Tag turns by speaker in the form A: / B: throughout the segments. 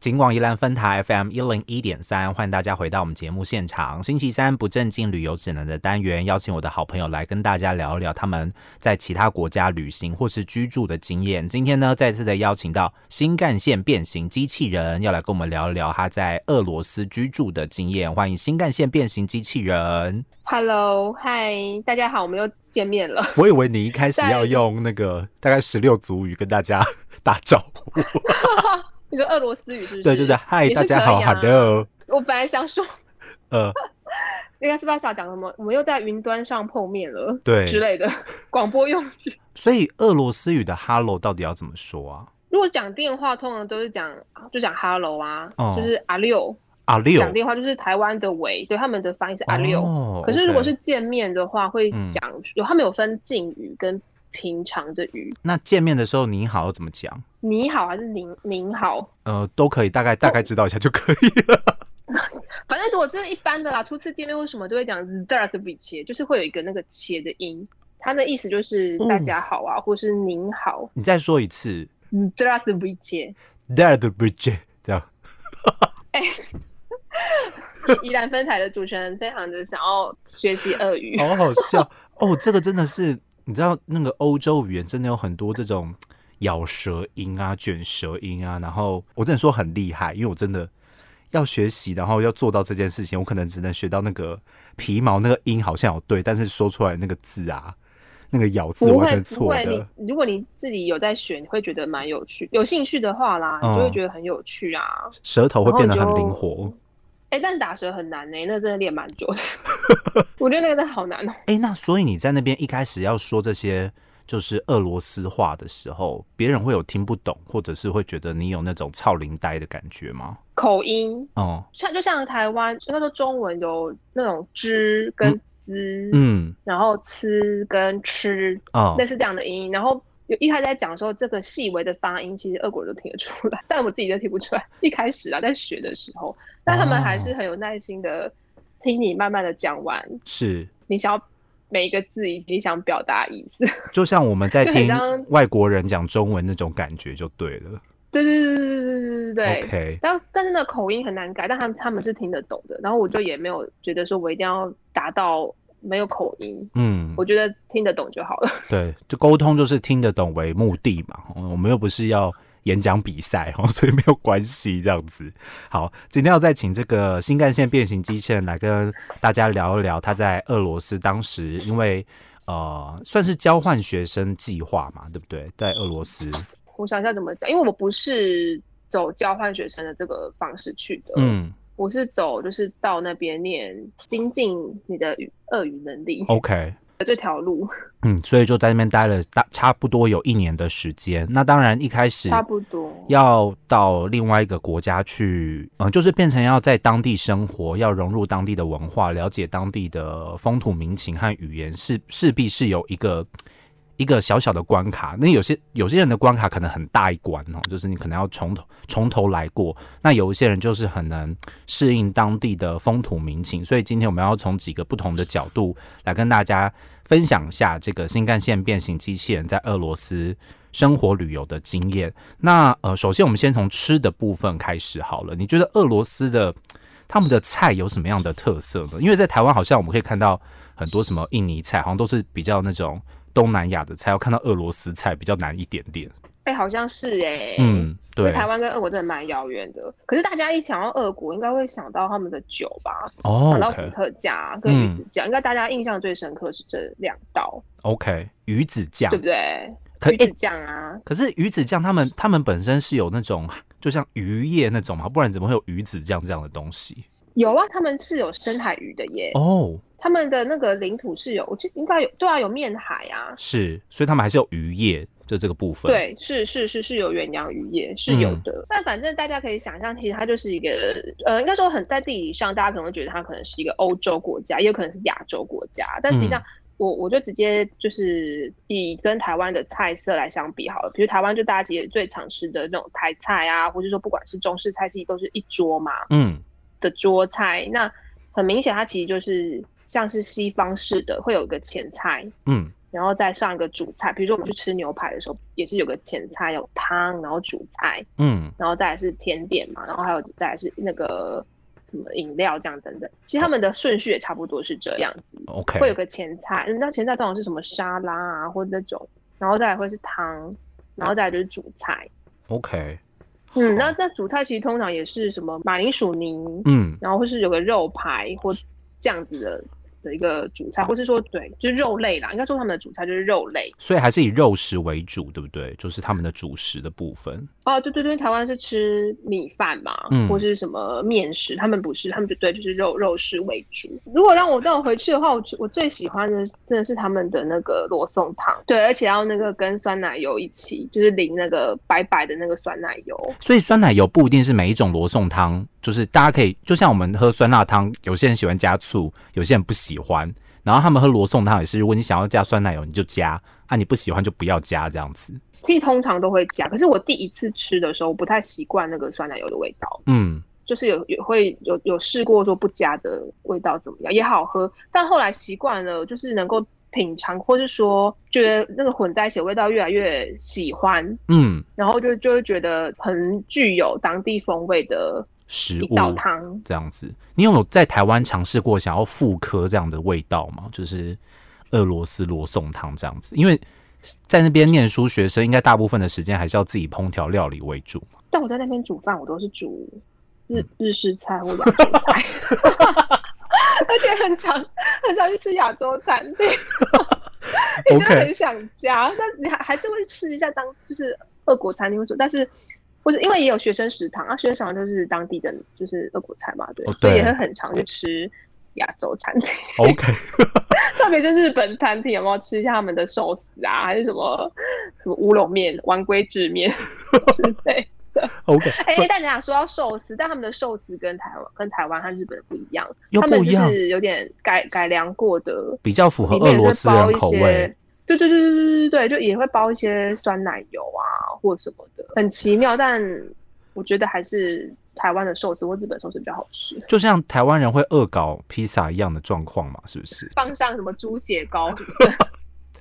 A: 金广宜兰分台 FM 一零一点三，欢迎大家回到我们节目现场。星期三不正经旅游指南的单元，邀请我的好朋友来跟大家聊一聊他们在其他国家旅行或是居住的经验。今天呢，再次的邀请到新干线变形机器人，要来跟我们聊一聊他在俄罗斯居住的经验。欢迎新干线变形机器人。
B: Hello，嗨，大家好，我们又见面了。
A: 我以为你一开始要用那个大概十六族语跟大家 打招呼，
B: 你说俄罗斯语是不是？
A: 对，就是嗨，
B: 也
A: 大
B: 是
A: 家
B: 可
A: 好
B: 以啊
A: ，hello，
B: 我本来想说，
A: 呃，
B: 应该是不知道想讲什么，我们又在云端上碰面了，
A: 对
B: 之类的 广播用语。
A: 所以俄罗斯语的 hello 到底要怎么说啊？
B: 如果讲电话，通常都是讲就讲 Hello 啊，
A: 哦
B: 就是阿六。
A: 啊六，
B: 讲电话就是台湾的喂，对他们的发音是阿六。
A: 哦
B: 可是如果
A: OK
B: 是见面的话，会
A: 嗯
B: 讲有他们有分敬语跟平常的语，
A: 那见面的时候你好要怎么讲？
B: 你好还是您您好？
A: 呃，都可以，大概大
B: 哦
A: 概知道一下就可以了。
B: 反正如果这是一般的啦，初次见面或什么都会讲 z e r a t b i 切，就是会有一个那个切的音。它的意思就是
A: 嗯
B: 大家好啊，或是您好
A: 你再说一次
B: z e r a t b i 切。
A: d a d bridge，这样
B: 宜兰分台的主持人非常的想要学习俄语，
A: 好好笑哦。这个真的是，你知道那个欧洲语言真的有很多这种咬舌音啊、卷舌音啊，然后我真的说很厉害，因为我真的。要学习，然后要做到这件事情，我可能只能学到那个皮毛那个音好像有对，但是说出来那个字啊，那个咬字
B: 不
A: 完
B: 会
A: 全
B: 不
A: 错
B: 会，
A: 的。
B: 你如果你自己有在学，你会觉得蛮有趣。有兴趣的话啦，你
A: 嗯
B: 就会觉得很有趣啊。
A: 舌头会变得
B: 然后
A: 很
B: 你就
A: 灵活。
B: 哎、但打舌很难呢、那真的练蛮久的。我觉得那个真的 好难哦、
A: 哎、那所以你在那边一开始要说这些就是俄罗斯话的时候，别人会有听不懂，或者是会觉得你有那种操林呆的感觉吗？
B: 口音
A: 哦，
B: 像就像台湾那时候中文有那种之跟滋，
A: 嗯，
B: 然后呲跟吃，
A: 哦
B: 类，似这样的音。然后有一开始在讲的时候，这个细微的发音，其实俄国人都听得出来，但我自己都听不出来。一开始啊，在学的时候，但他们还
A: 哦
B: 是很有耐心的听你慢慢的讲完，
A: 是，
B: 你想要每一个字以及你想表达的意思。
A: 就像我们在
B: 就很
A: 听
B: 像
A: 外国人讲中文那种感觉就对了。
B: 对对对对对对对对。
A: OK，
B: 但但是那口音很难改，但他们他们是听得懂的。然后我就也没有觉得说我一定要达到没有口音，
A: 嗯
B: 我，觉得听得懂就好了。
A: 对，就沟通就是听得懂为目的嘛，哦我们又不是要演讲比赛哦， 所以没有关系这样子。好，今天要再请这个新干线变形机器人来跟大家聊一聊他在俄罗斯当时因为呃算是交换学生计划嘛，对不对？在俄罗斯，
B: 我想一下怎么讲，因为我不是走交换学生的这个方式去的，，
A: 嗯
B: 我是走就是到那边念精进你的语俄语能力
A: ，OK。
B: 的这条路，
A: 嗯，所以就在那边待了大差不多有一年的时间。那当然一开始
B: 差不多。
A: 要到另外一个国家去，嗯、就是变成要在当地生活，要融入当地的文化，了解当地的风土民情和语言，是势必是有一个一个小小的关卡。那有些有些人的关卡可能很大一关哦，就是你可能要从头从头来过。那有一些人就是很能适应当地的风土民情，所以今天我们要从几个不同的角度来跟大家分享一下这个新干线变形机器人在俄罗斯生活旅游的经验。那呃，首先我们先从吃的部分开始好了。你觉得俄罗斯的他们的菜有什么样的特色呢？因为在台湾好像我们可以看到很多什么印尼菜，好像都是比较那种东南亚的菜，要看到俄罗斯菜比较难一点点。
B: 哎、好像是哎、
A: 嗯，
B: 因为
A: 对，
B: 台湾跟俄国真的蛮遥远的。可是大家一想到俄国，应该会想到他们的酒吧，
A: 哦
B: 想到伏
A: ，OK 嗯
B: 特加跟鱼子酱，应该大家印象最深刻是这两道，
A: OK，鱼子酱
B: 对不对？
A: 可
B: 鱼子
A: 诶
B: 酱啊，
A: 可是鱼子酱他们他们本身是有那种就像渔业那种嘛，不然怎么会有鱼子酱这样的东西？
B: 有啊，他们是有深海鱼的耶。
A: 哦，
B: 他们的那个领土是有，我记得应该有，对啊，有面海啊，
A: 是，所以他们还是有渔业的这个部分。，
B: 对，是是是是有远洋渔业是有
A: 嗯
B: 的。但反正大家可以想象，其实它就是一个呃，应该说很在地理上，大家可能会觉得它可能是一个欧洲国家，也有可能是亚洲国家，但实际上。我我就直接就是以跟台湾的菜色来相比好了，比如台湾就大家其实最常吃的那种台菜啊，或者说不管是中式菜系都是一桌嘛，
A: 嗯，
B: 的桌菜，那很明显它其实就是像是西方式的，会有一个前菜，
A: 嗯，
B: 然后再上一个主菜。比如说我们去吃牛排的时候，也是有个前菜，有汤，然后主菜，
A: 嗯，
B: 然后再来是甜点嘛，然后还有再来是那个什么饮料这样等等。其实他们的顺序也差不多是这样子，
A: ，OK，
B: 会有个前菜，嗯那前菜通常是什么沙拉啊，或者那种，然后再来会是汤，然后再来就是主菜。
A: OK，
B: 嗯，
A: 好
B: 那那主菜其实通常也是什么马铃薯泥，
A: 嗯
B: 然后或是有个肉排或这样子的的一个主菜，或是说对，就是肉类啦，应该说他们的主菜就是肉类。
A: 所以还是以肉食为主，对不对？就是他们的主食的部分。
B: 哦，对对对，台湾是吃米饭嘛，
A: 嗯
B: 或是什么面食，他们不是，他们就对，就是肉肉食为主。如果让我带我回去的话，我我最喜欢的真的是他们的那个罗宋汤，对，而且要那个跟酸奶油一起，就是淋那个白白的那个酸奶油。
A: 所以酸奶油不一定是每一种罗宋汤，就是大家可以就像我们喝酸辣汤，有些人喜欢加醋，有些人不喜欢。然后他们喝罗宋汤也是，如果你想要加酸奶油，你就加；啊，你不喜欢就不要加，这样子。
B: 其实通常都会加，可是我第一次吃的时候，我不太习惯那个酸奶油的味道，
A: 嗯，
B: 就是有有会有有试过说不加的味道怎么样，也好喝，但后来习惯了，就是能够品尝，或是说觉得那个混在一起的味道越来越喜欢，
A: 嗯，
B: 然后就就会觉得很具有当地风味的
A: 食
B: 一
A: 物
B: 道汤。
A: 这样子。你有在台湾尝试过想要复刻这样的味道吗？就是俄罗斯罗宋汤这样子，因为在那边念书，学生应该大部分的时间还是要自己烹调料理为主嘛。
B: 但我在那边煮饭，我都是煮
A: 嗯
B: 日日式菜或亚洲 菜，而且很常很常去吃亚洲餐厅。你就
A: OK
B: 很想家，但你还还是会试一下当就是俄国餐厅或者，但是或者因为也有学生食堂啊，学生食堂就是当地的就是俄国菜嘛，对，
A: 哦
B: 所以也
A: 对
B: 会很常去吃亚洲餐厅，
A: OK，
B: 特别是日本餐厅有没有吃一下他们的寿司啊，还是什么什么乌龙面、丸龟制面 之类。
A: OK，
B: 哎、但你想说到寿司，但他们的寿司跟台湾跟台湾和日本不一样，
A: 又
B: 他
A: 不
B: 们
A: 一
B: 就
A: 样，
B: 是有点改改良过的，
A: 比较符合
B: 里
A: 俄
B: 面也
A: 罗
B: 会
A: 斯
B: 包
A: 人
B: 一
A: 口味
B: 些，。对对对对对对对，就也会包一些酸奶油啊或什么的，很奇妙。但我觉得还是台湾的寿司或日本寿司比较好吃，
A: 就像台湾人会恶搞披萨一样的状况嘛，是不是？，
B: 放上什么猪血糕什么的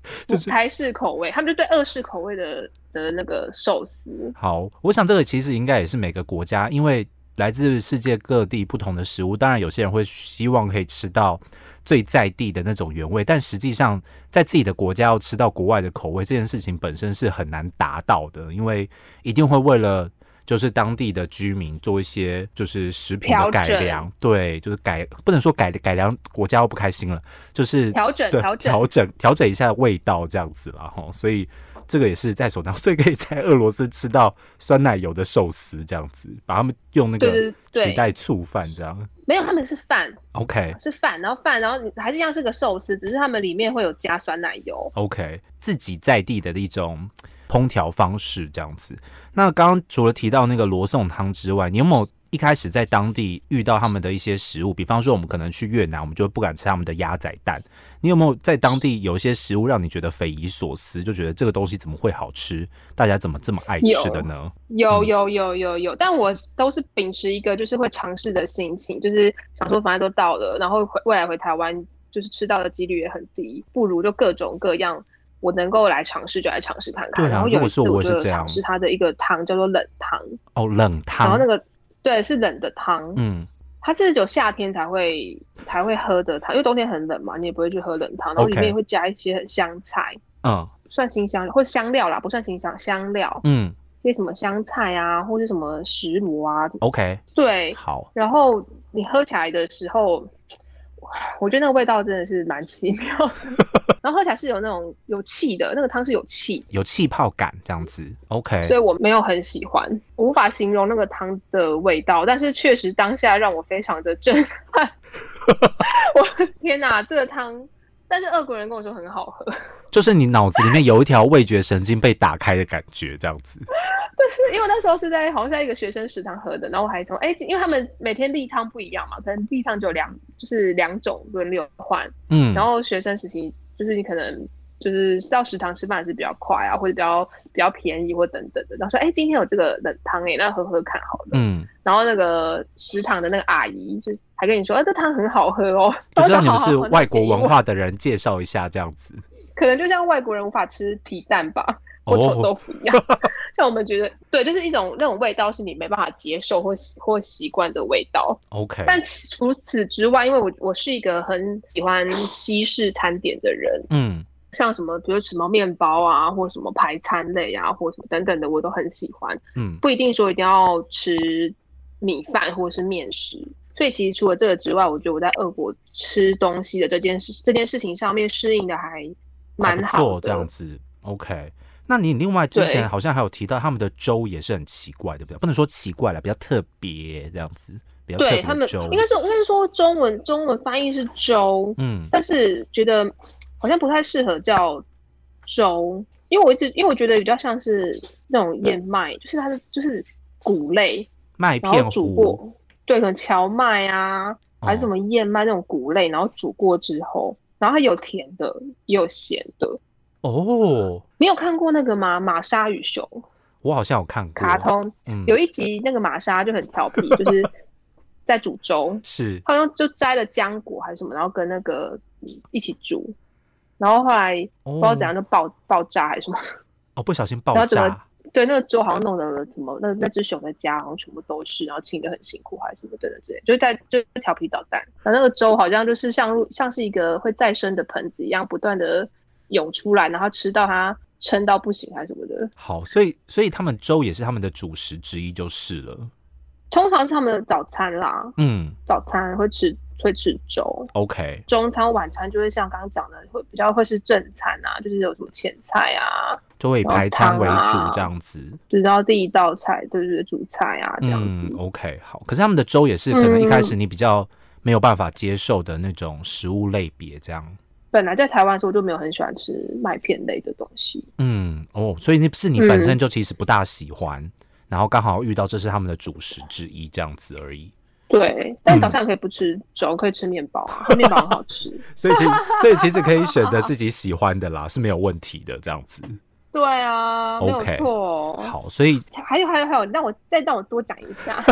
A: 就是
B: 台式口味，他们就对俄式口味的的那个寿司，
A: 好，我想这个其实应该也是每个国家，因为来自世界各地不同的食物，当然有些人会希望可以吃到最在地的那种原味，但实际上在自己的国家要吃到国外的口味这件事情本身是很难达到的，因为一定会为了。就是当地的居民做一些就是食品的
B: 调
A: 改
B: 整
A: 良，对，就是改不能说改改良国家又不开心了，就是
B: 调整
A: 对
B: 调整
A: 调整调整一下味道这样子啦哈，所以这个也是在所当，所以可以在俄罗斯吃到酸奶油的寿司这样子，把他们用那个
B: 对对对
A: 取代醋饭这样。
B: 没有他们是饭
A: OK
B: 是饭，然后饭然后你还是一样是个寿司，只是他们里面会有加酸奶油。
A: OK，自己在地的一种烹调方式这样子。那刚刚除了提到那个罗宋汤之外，你有没有一开始在当地遇到他们的一些食物？比方说我们可能去越南，我们就不敢吃他们的鸭仔蛋。你有没有在当地有一些食物让你觉得匪夷所思，就觉得这个东西怎么会好吃？大家怎么这么爱吃的呢？
B: 有
A: 嗯
B: 有有有有，但我都是秉持一个就是会尝试的心情，就是想说反正都到了，然后回未来回台湾就是吃到的几率也很低，不如就各种各样我能够来尝试就来尝试看看。
A: 对啊
B: 然后
A: 如
B: 有
A: 果
B: 一
A: 是
B: 次
A: 我也
B: 就是有
A: 这样
B: 尝试它的一个汤叫做冷汤，
A: 哦，冷
B: 然
A: 汤
B: 后那，个对是冷的汤，
A: 嗯。
B: 它是只有夏天才会才会喝的汤，因为冬天很冷嘛，你也不会去喝冷汤，然后里
A: OK
B: 面会加一些香菜。
A: 嗯
B: 算新香料或香料啦，不算新香香料，
A: 嗯
B: 一些什么香菜啊，或是什么石螺啊，
A: ，OK，
B: 对，
A: 好，
B: 然后你喝起来的时候，哇我觉得那个味道真的是蛮奇妙的。然后喝起来是有那种有气的，那个汤是有气，
A: 有气泡感这样子
B: 所
A: ，OK，
B: 以我没有很喜欢，我无法形容那个汤的味道，但是确实当下让我非常的震撼。 我的天哪，这个汤！但是俄国人跟我说很好喝，
A: 就是你脑子里面有一条味觉神经被打开的感觉，这样子。
B: 因为我那时候是在好像在一个学生食堂喝的，然后我还从哎、因为他们每天例汤不一样嘛，可能例汤只有两就是两种轮流换，
A: 嗯，
B: 然后学生时期就是你可能就是到食堂吃饭是比较快啊，或者比较比较便宜或等等的，然后说哎、今天有这个冷汤哎、那喝喝看好了，
A: 嗯，
B: 然后那个食堂的那个阿姨就还 跟你说，啊这汤很好喝哦，
A: 不知道你们
B: 然后
A: 是
B: 就好好好
A: 外国
B: 那给我
A: 文化的人，介绍一下这样子。
B: 可能就像外国人无法吃皮蛋吧，
A: 哦
B: 或臭豆腐一样。 像我们觉得，对，就是一种那种味道是你没办法接受或习或习惯的味道。
A: OK，
B: 但除此之外，因为我我是一个很喜欢西式餐点的人，
A: 嗯，
B: 像什么比如什么面包啊，或什么排餐类啊，或什么等等的，我都很喜欢。
A: 嗯
B: 不一定说一定要吃米饭或是面食。所以其实除了这个之外，我觉得我在俄国吃东西的这件事这件事情上面适应的还
A: 还
B: 蛮
A: 不
B: 好
A: 错，这
B: 的
A: 样。子。OK，那你另外之
B: 对
A: 前好像还有提到他们的粥也是很奇怪，对不对？不能说奇怪了，比较特别这样子，比较特
B: 对
A: 别
B: 他
A: 的
B: 们
A: 粥
B: 应。该说应该是说中文中文翻译是粥，
A: 嗯
B: 但是觉得好像不太适合叫粥，因为我一直因为我觉得比较像是那种燕麦，就是它的就是谷类，
A: 麦
B: 然后
A: 片
B: 煮
A: 糊
B: 过，对，可能荞麦啊，还是什
A: 哦
B: 么燕麦那种谷类，然后煮过之后，然后它有甜的，也有咸的。
A: 哦，
B: 你有看过那个吗？玛莎与熊
A: 我好像有看过
B: 卡，通
A: 嗯，
B: 有一集，那个玛莎就很调皮， 就是在煮粥，
A: 是
B: 好像就摘了浆果还是什么，然后跟那个嗯一起煮，然后后来
A: 哦
B: 不知道怎样就爆爆炸还是什么，
A: 哦，不小心爆
B: 然后整个
A: 炸。
B: 对，那个粥好像弄得什么，那那只熊的家好像全部都是，然后清的很辛苦，还是什么等等之类，就是在就是调皮捣蛋。然后那个粥好像就是像入像是一个会再生的盆子一样，不断的涌出来，然后吃到它撑到不行还是什么的。
A: 好，所以所以他们粥也是他们的主食之一就是了。
B: 通常是他们的早餐啦，
A: 嗯
B: 早餐会吃会吃粥，
A: ，OK，
B: 中餐晚餐就会像刚刚讲的，会比较会是正餐啊，就是有什么前菜啊，
A: 就会以
B: 然后
A: 排餐为
B: 汤
A: 主
B: 啊
A: 这样子。
B: 就是然后第一道菜对对对，主菜啊这样子。嗯
A: 嗯，OK，好。可是他们的粥也是可能一开始你比较没有办法接受的那种食物类别，这样。
B: 本来在台湾的时候就没有很喜欢吃麦片类的东西，
A: 嗯，哦，所以那是你本
B: 嗯
A: 身就其实不大喜欢，然后刚好遇到这是他们的主食之一这样子而已。
B: 对，
A: 嗯
B: 但早上可以不吃粥，可以吃面包，啊 面包很好吃。
A: 所以 其所以其实可以选择自己喜欢的啦，是没有问题的这样子。
B: 对啊，没有
A: OK，
B: 错。
A: 好，所以
B: 还有还有还有，让我再让我多讲 一下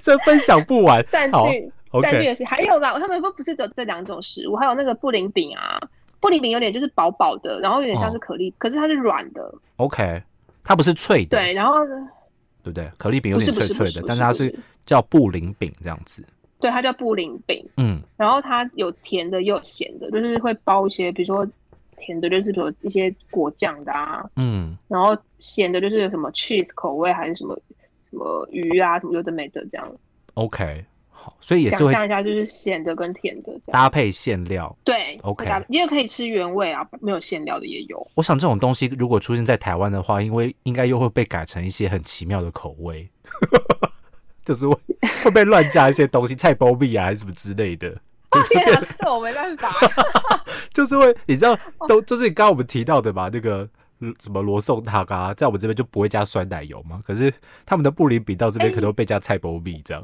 A: 这分享不 完
B: 占。
A: 好
B: 据占据
A: ，OK，
B: 的是还有啦，他们不不是只有这两种食物，还有那个布林饼啊，布林饼有点就是薄薄的，然后有点
A: 哦
B: 像是可丽，可是它是软的，
A: OK，它不是脆的，
B: 对，然后呢
A: 对不对？可丽饼有
B: 不是
A: 点
B: 不
A: 脆
B: 是不
A: 脆
B: 是
A: 的，
B: 不
A: 但它
B: 不
A: 是叫布林饼这样子。
B: 对，它叫布林饼，
A: 嗯
B: 然后它有甜的也有咸的，就是会包一些，比如说甜的就是比如一些果酱的啊，
A: 嗯，
B: 然后咸的就是有什么 cheese 口味还是什么什么鱼啊，什么有的没的这样。
A: OK，好，所以也是
B: 想
A: 会
B: 象一下，就是咸的跟甜的这样。
A: 搭配馅料。
B: 对
A: OK
B: 会搭也有可以吃原味啊，没有馅料的也 有。
A: 我想这种东西如果出现在台湾的话，因为应该又会被改成一些很奇妙的口味， 就是会会被乱加一些东西，菜包币啊，还是什么之类的，
B: 天啊，这我没办法。
A: 就是会你知道
B: 哦
A: 都就是刚刚我们提到的嘛，那个。嗯什么罗宋汤啊，在我们这边就不会加酸奶油嘛。可是他们的布林比到这边
B: 哎
A: 可能会被加菜包币这样。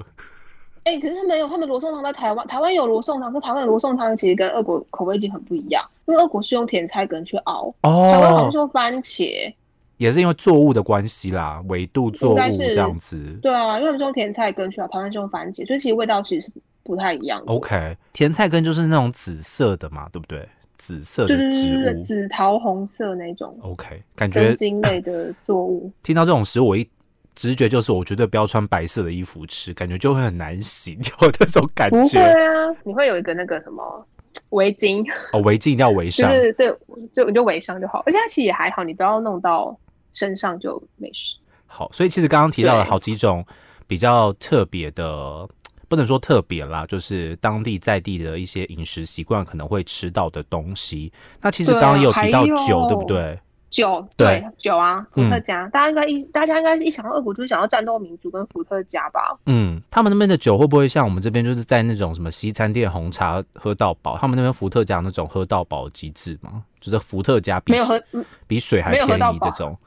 B: 哎、可是他们有，他们罗宋汤在台湾，台湾有罗宋汤，可台湾的罗宋汤其实跟俄国口味已经很不一样，因为俄国是用甜菜根去熬，台湾好像
A: 哦
B: 是，用番茄。
A: 也是因为作物的关系啦，纬度作物
B: 应该是
A: 这样子。
B: 对啊，因为他们是用甜菜根去熬，台湾是用番茄，所以其实味道其实是不太一样的。
A: OK，甜菜根就是那种紫色的嘛，对不对？紫色的
B: 对对
A: 植
B: 对对对，
A: 物。
B: 紫桃红色那种
A: OK，感觉
B: 根茎类的作物。
A: 听到这种食物，我一直觉就是我绝对不要穿白色的衣服吃，感觉就会很难洗掉那种感
B: 不会
A: 觉。
B: 啊，你会有一个那个什么围巾，
A: 哦，围巾一定要围
B: 就
A: 上。
B: 是对，就你就围上就好。而且它其实也还好，你不要弄到身上就没事。
A: 好，所以其实刚刚提到了
B: 对
A: 好几种比较特别的，不能说特别啦，就是当地在地的一些饮食习惯可能会吃到的东西。那其实
B: 对
A: 刚刚也有提到
B: 还有
A: 酒，对不对？
B: 酒
A: 对
B: 酒啊，伏
A: 嗯
B: 特加，大家应该一大家应该是一想到俄国就是想到战斗民族跟伏特加吧？
A: 嗯，他们那边的酒会不会像我们这边就是在那种什么西餐店红茶喝到饱？他们那边伏特加那种喝到饱机制吗？就是伏特加比
B: 没有喝嗯
A: 比水还
B: 没有喝
A: 便
B: 到
A: 宜这
B: 饱
A: 种。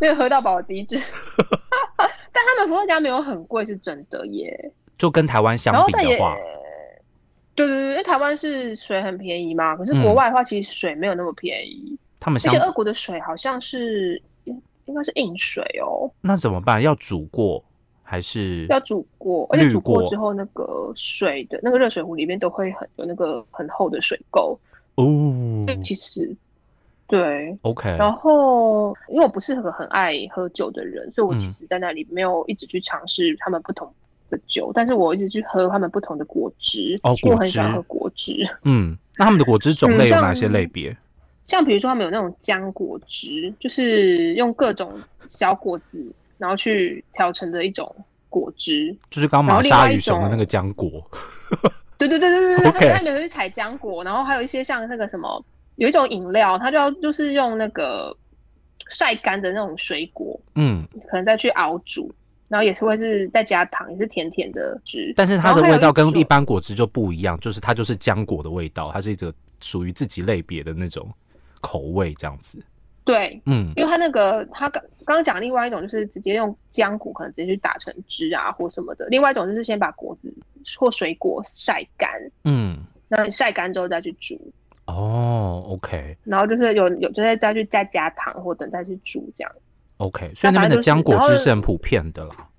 B: 没有喝到饱的机制， 但他们伏特加没有很贵，是真的耶。
A: 就跟台湾
B: 然
A: 相
B: 后
A: 比
B: 但也
A: 的话，
B: 对对对，因为台湾是水很便宜嘛，可是
A: 嗯
B: 国外的话其实水没有那么便宜。
A: 他们
B: 而
A: 相
B: 且俄国的水好像是应应该是硬水哦，
A: 那怎么办？要煮过还是
B: 要煮过，而
A: 嗯
B: 且
A: 滤
B: 煮过
A: 过
B: 之后，那个水的那个热水壶里面都会很有那个很厚的水垢，
A: 哦
B: 所以其实对，
A: OK，
B: 然后因为我不是很很爱喝酒的人，所以我
A: 嗯
B: 其实在那里没有一直去尝试他们不同的酒，但是我一直去喝他们不同的果汁，
A: 哦
B: 因为
A: 果
B: 我很喜欢
A: 汁
B: 喝果汁。
A: 嗯，那他们的果汁种类有
B: 像
A: 哪些类别？
B: 嗯像比如说他们有那种浆果汁，就是用各种小果子，然后去调成的一种果汁。
A: 就是刚
B: 然
A: 马
B: 后另外
A: 鲨
B: 一
A: 鱼熊的那
B: 种
A: 个浆果，
B: 对对对对对对，
A: OK
B: 他们有去采浆果，然后还有一些像那个什么，有一种饮料，它就要就是用那个晒干的那种水果，
A: 嗯，
B: 可能再去熬煮，然后也是会是再加糖，也是甜甜的汁。
A: 但是它
B: 然
A: 的
B: 后还有
A: 味道跟
B: 种
A: 一般果汁就不一样，就是它就是浆果的味道，它是一个属于自己类别的那种口味这样子，
B: 对，
A: 嗯，
B: 因为它那个它刚刚刚讲另外一种就是直接用浆果可能直接去打成汁啊或什么的，另外一种就是先把果子或水果晒干，
A: 嗯，
B: 然后你晒干之后再去煮，
A: 哦，OK
B: 然后就是有有就是再去再加糖或等再去煮这样，
A: OK，所以
B: 那
A: 那边
B: 反正
A: 的
B: 就是
A: 浆果
B: 然后
A: 汁是很普遍的啦，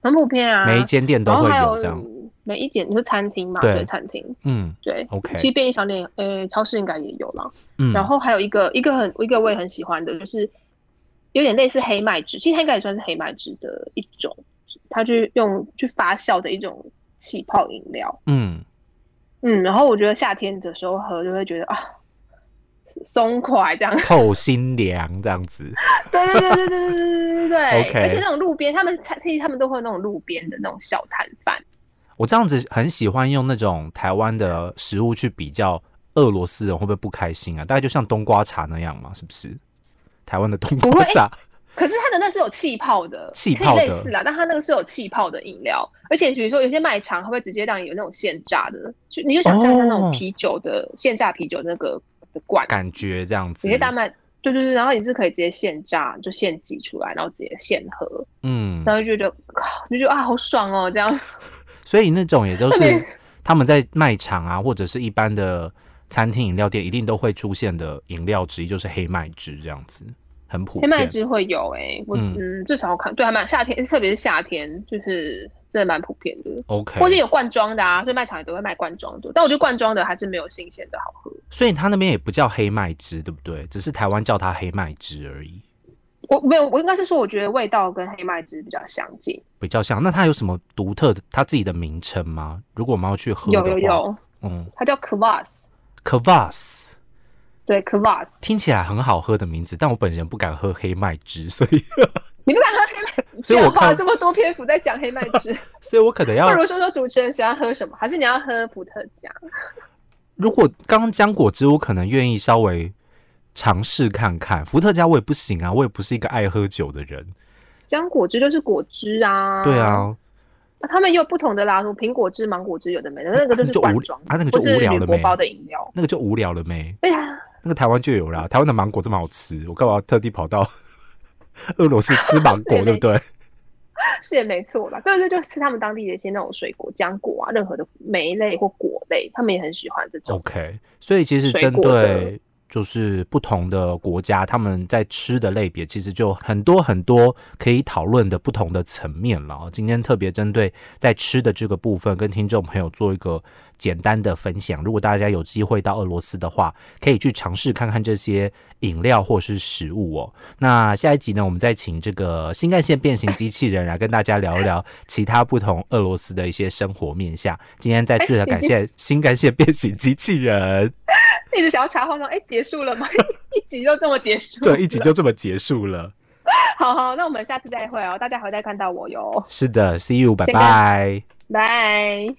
B: 很普遍啊。
A: 每一间店都
B: 然后
A: 会
B: 还
A: 有这样，
B: 每一间你说餐厅嘛，
A: 对
B: 对餐厅，
A: 嗯
B: 对
A: OK
B: 其实便利商店呃超市应该也有啦。
A: 嗯，
B: 然后还有一个一个很一个我也很喜欢的，就是有点类似黑麦汁，其实它应该也算是黑麦汁的一种，它去用去发酵的一种气泡饮料。
A: 嗯，
B: 嗯，然后我觉得夏天的时候喝就会觉得啊松快这样。
A: 透心凉这样子，
B: 对对对对对对对对对
A: OK
B: 而且那种路边，他们餐厅他们都会有那种路边的那种小摊贩。
A: 我这样子很喜欢用那种台湾的食物去比较俄罗斯人会不会不开心啊？大概就像冬瓜茶那样嘛，是不是？台湾的冬
B: 不
A: 瓜
B: 会
A: 茶，
B: 可是它的那是有气泡的，
A: 气泡的
B: 可以类似啦，但它那个是有气泡的饮料，而且比如说有些卖场它会直接让你有那种现榨的，就你就想象它那
A: 哦
B: 种啤酒的、现榨啤酒那个的罐，
A: 感觉这样子
B: 有些，大卖，对对对，然后你是可以直接现榨，就现挤出来，然后直接现喝，
A: 嗯，
B: 然后就觉得靠，就觉得啊好爽哦，这样，
A: 所以那种也都
B: 特
A: 是
B: 别
A: 他们在卖场啊，或者是一般的餐厅饮料店一定都会出现的饮料之一，就是黑麦汁这样子，很普
B: 黑
A: 遍。
B: 麦汁会有哎、我
A: 嗯
B: 嗯最少我看对还蛮夏天，特别是夏天，就是真的蛮普遍的。
A: OK，
B: 或者有罐装的啊，所以卖场也都会卖罐装的，但我觉得罐装的还是没有新鲜的好喝。
A: 所以他那边也不叫黑麦汁，对不对？只是台湾叫它黑麦汁而已，
B: 我没有，我应该是说，我觉得味道跟黑麦汁比较相近。
A: 比较像。那它有什么独特的它自己的名称吗？如果我们要去喝的
B: 有
A: 话，
B: 有有，
A: 嗯
B: 它叫 Kvas，
A: ，Kvass
B: 对 Kvas。
A: 听起来很好喝的名字，但我本人不敢喝黑麦汁，所以
B: 你不敢喝黑麦，
A: 所以
B: 居然
A: 我看
B: 花了这么多篇幅在讲 黑麦汁，
A: 所以我可能要
B: 不如说说主持人喜欢喝什么，还是你要喝伏特加？
A: 如果刚刚浆果汁，我可能愿意稍微尝试看看。伏特加我也不行啊，我也不是一个爱喝酒的人。
B: 浆果汁就是果汁啊，
A: 对，啊，
B: 他们也有不同的啦，什么苹果汁、芒果汁，有的没的，那个就是
A: 就无
B: 罐装的，
A: 啊那个就
B: 不是
A: 无聊了
B: 铝箔
A: 没
B: 包的饮料。
A: 那个就无聊了没？
B: 对啊，
A: 那个台湾就有啦，台湾的芒果这么好吃，我干嘛特地跑到 俄罗斯吃芒
B: 是
A: 果，
B: 没
A: 对不对？
B: 是也没错啦。对对，就吃他们当地的一些那种水果、浆果啊，任何的莓类或果类，他们也很喜欢这种。
A: OK，所以其实针
B: 水果
A: 对
B: 的
A: 就是不同的国家，他们在吃的类别，其实就很多很多可以讨论的不同的层面了。今天特别针对在吃的这个部分，跟听众朋友做一个简单的分享。如果大家有机会到俄罗斯的话，可以去尝试看看这些饮料或是食物哦。那下一集呢，我们再请这个新干线变形机器人来跟大家聊一聊其他不同俄罗斯的一些生活面向。今天再次地感谢新干线变形机器人，
B: 一直想要插话说，哎、结束了吗？ 一集就这么结束？
A: 对，一集。就这么结束了。
B: 好好，那我们下次再会哦，大家还会再看到我哟，
A: 是的，See you，拜
B: 先
A: 拜。
B: 拜。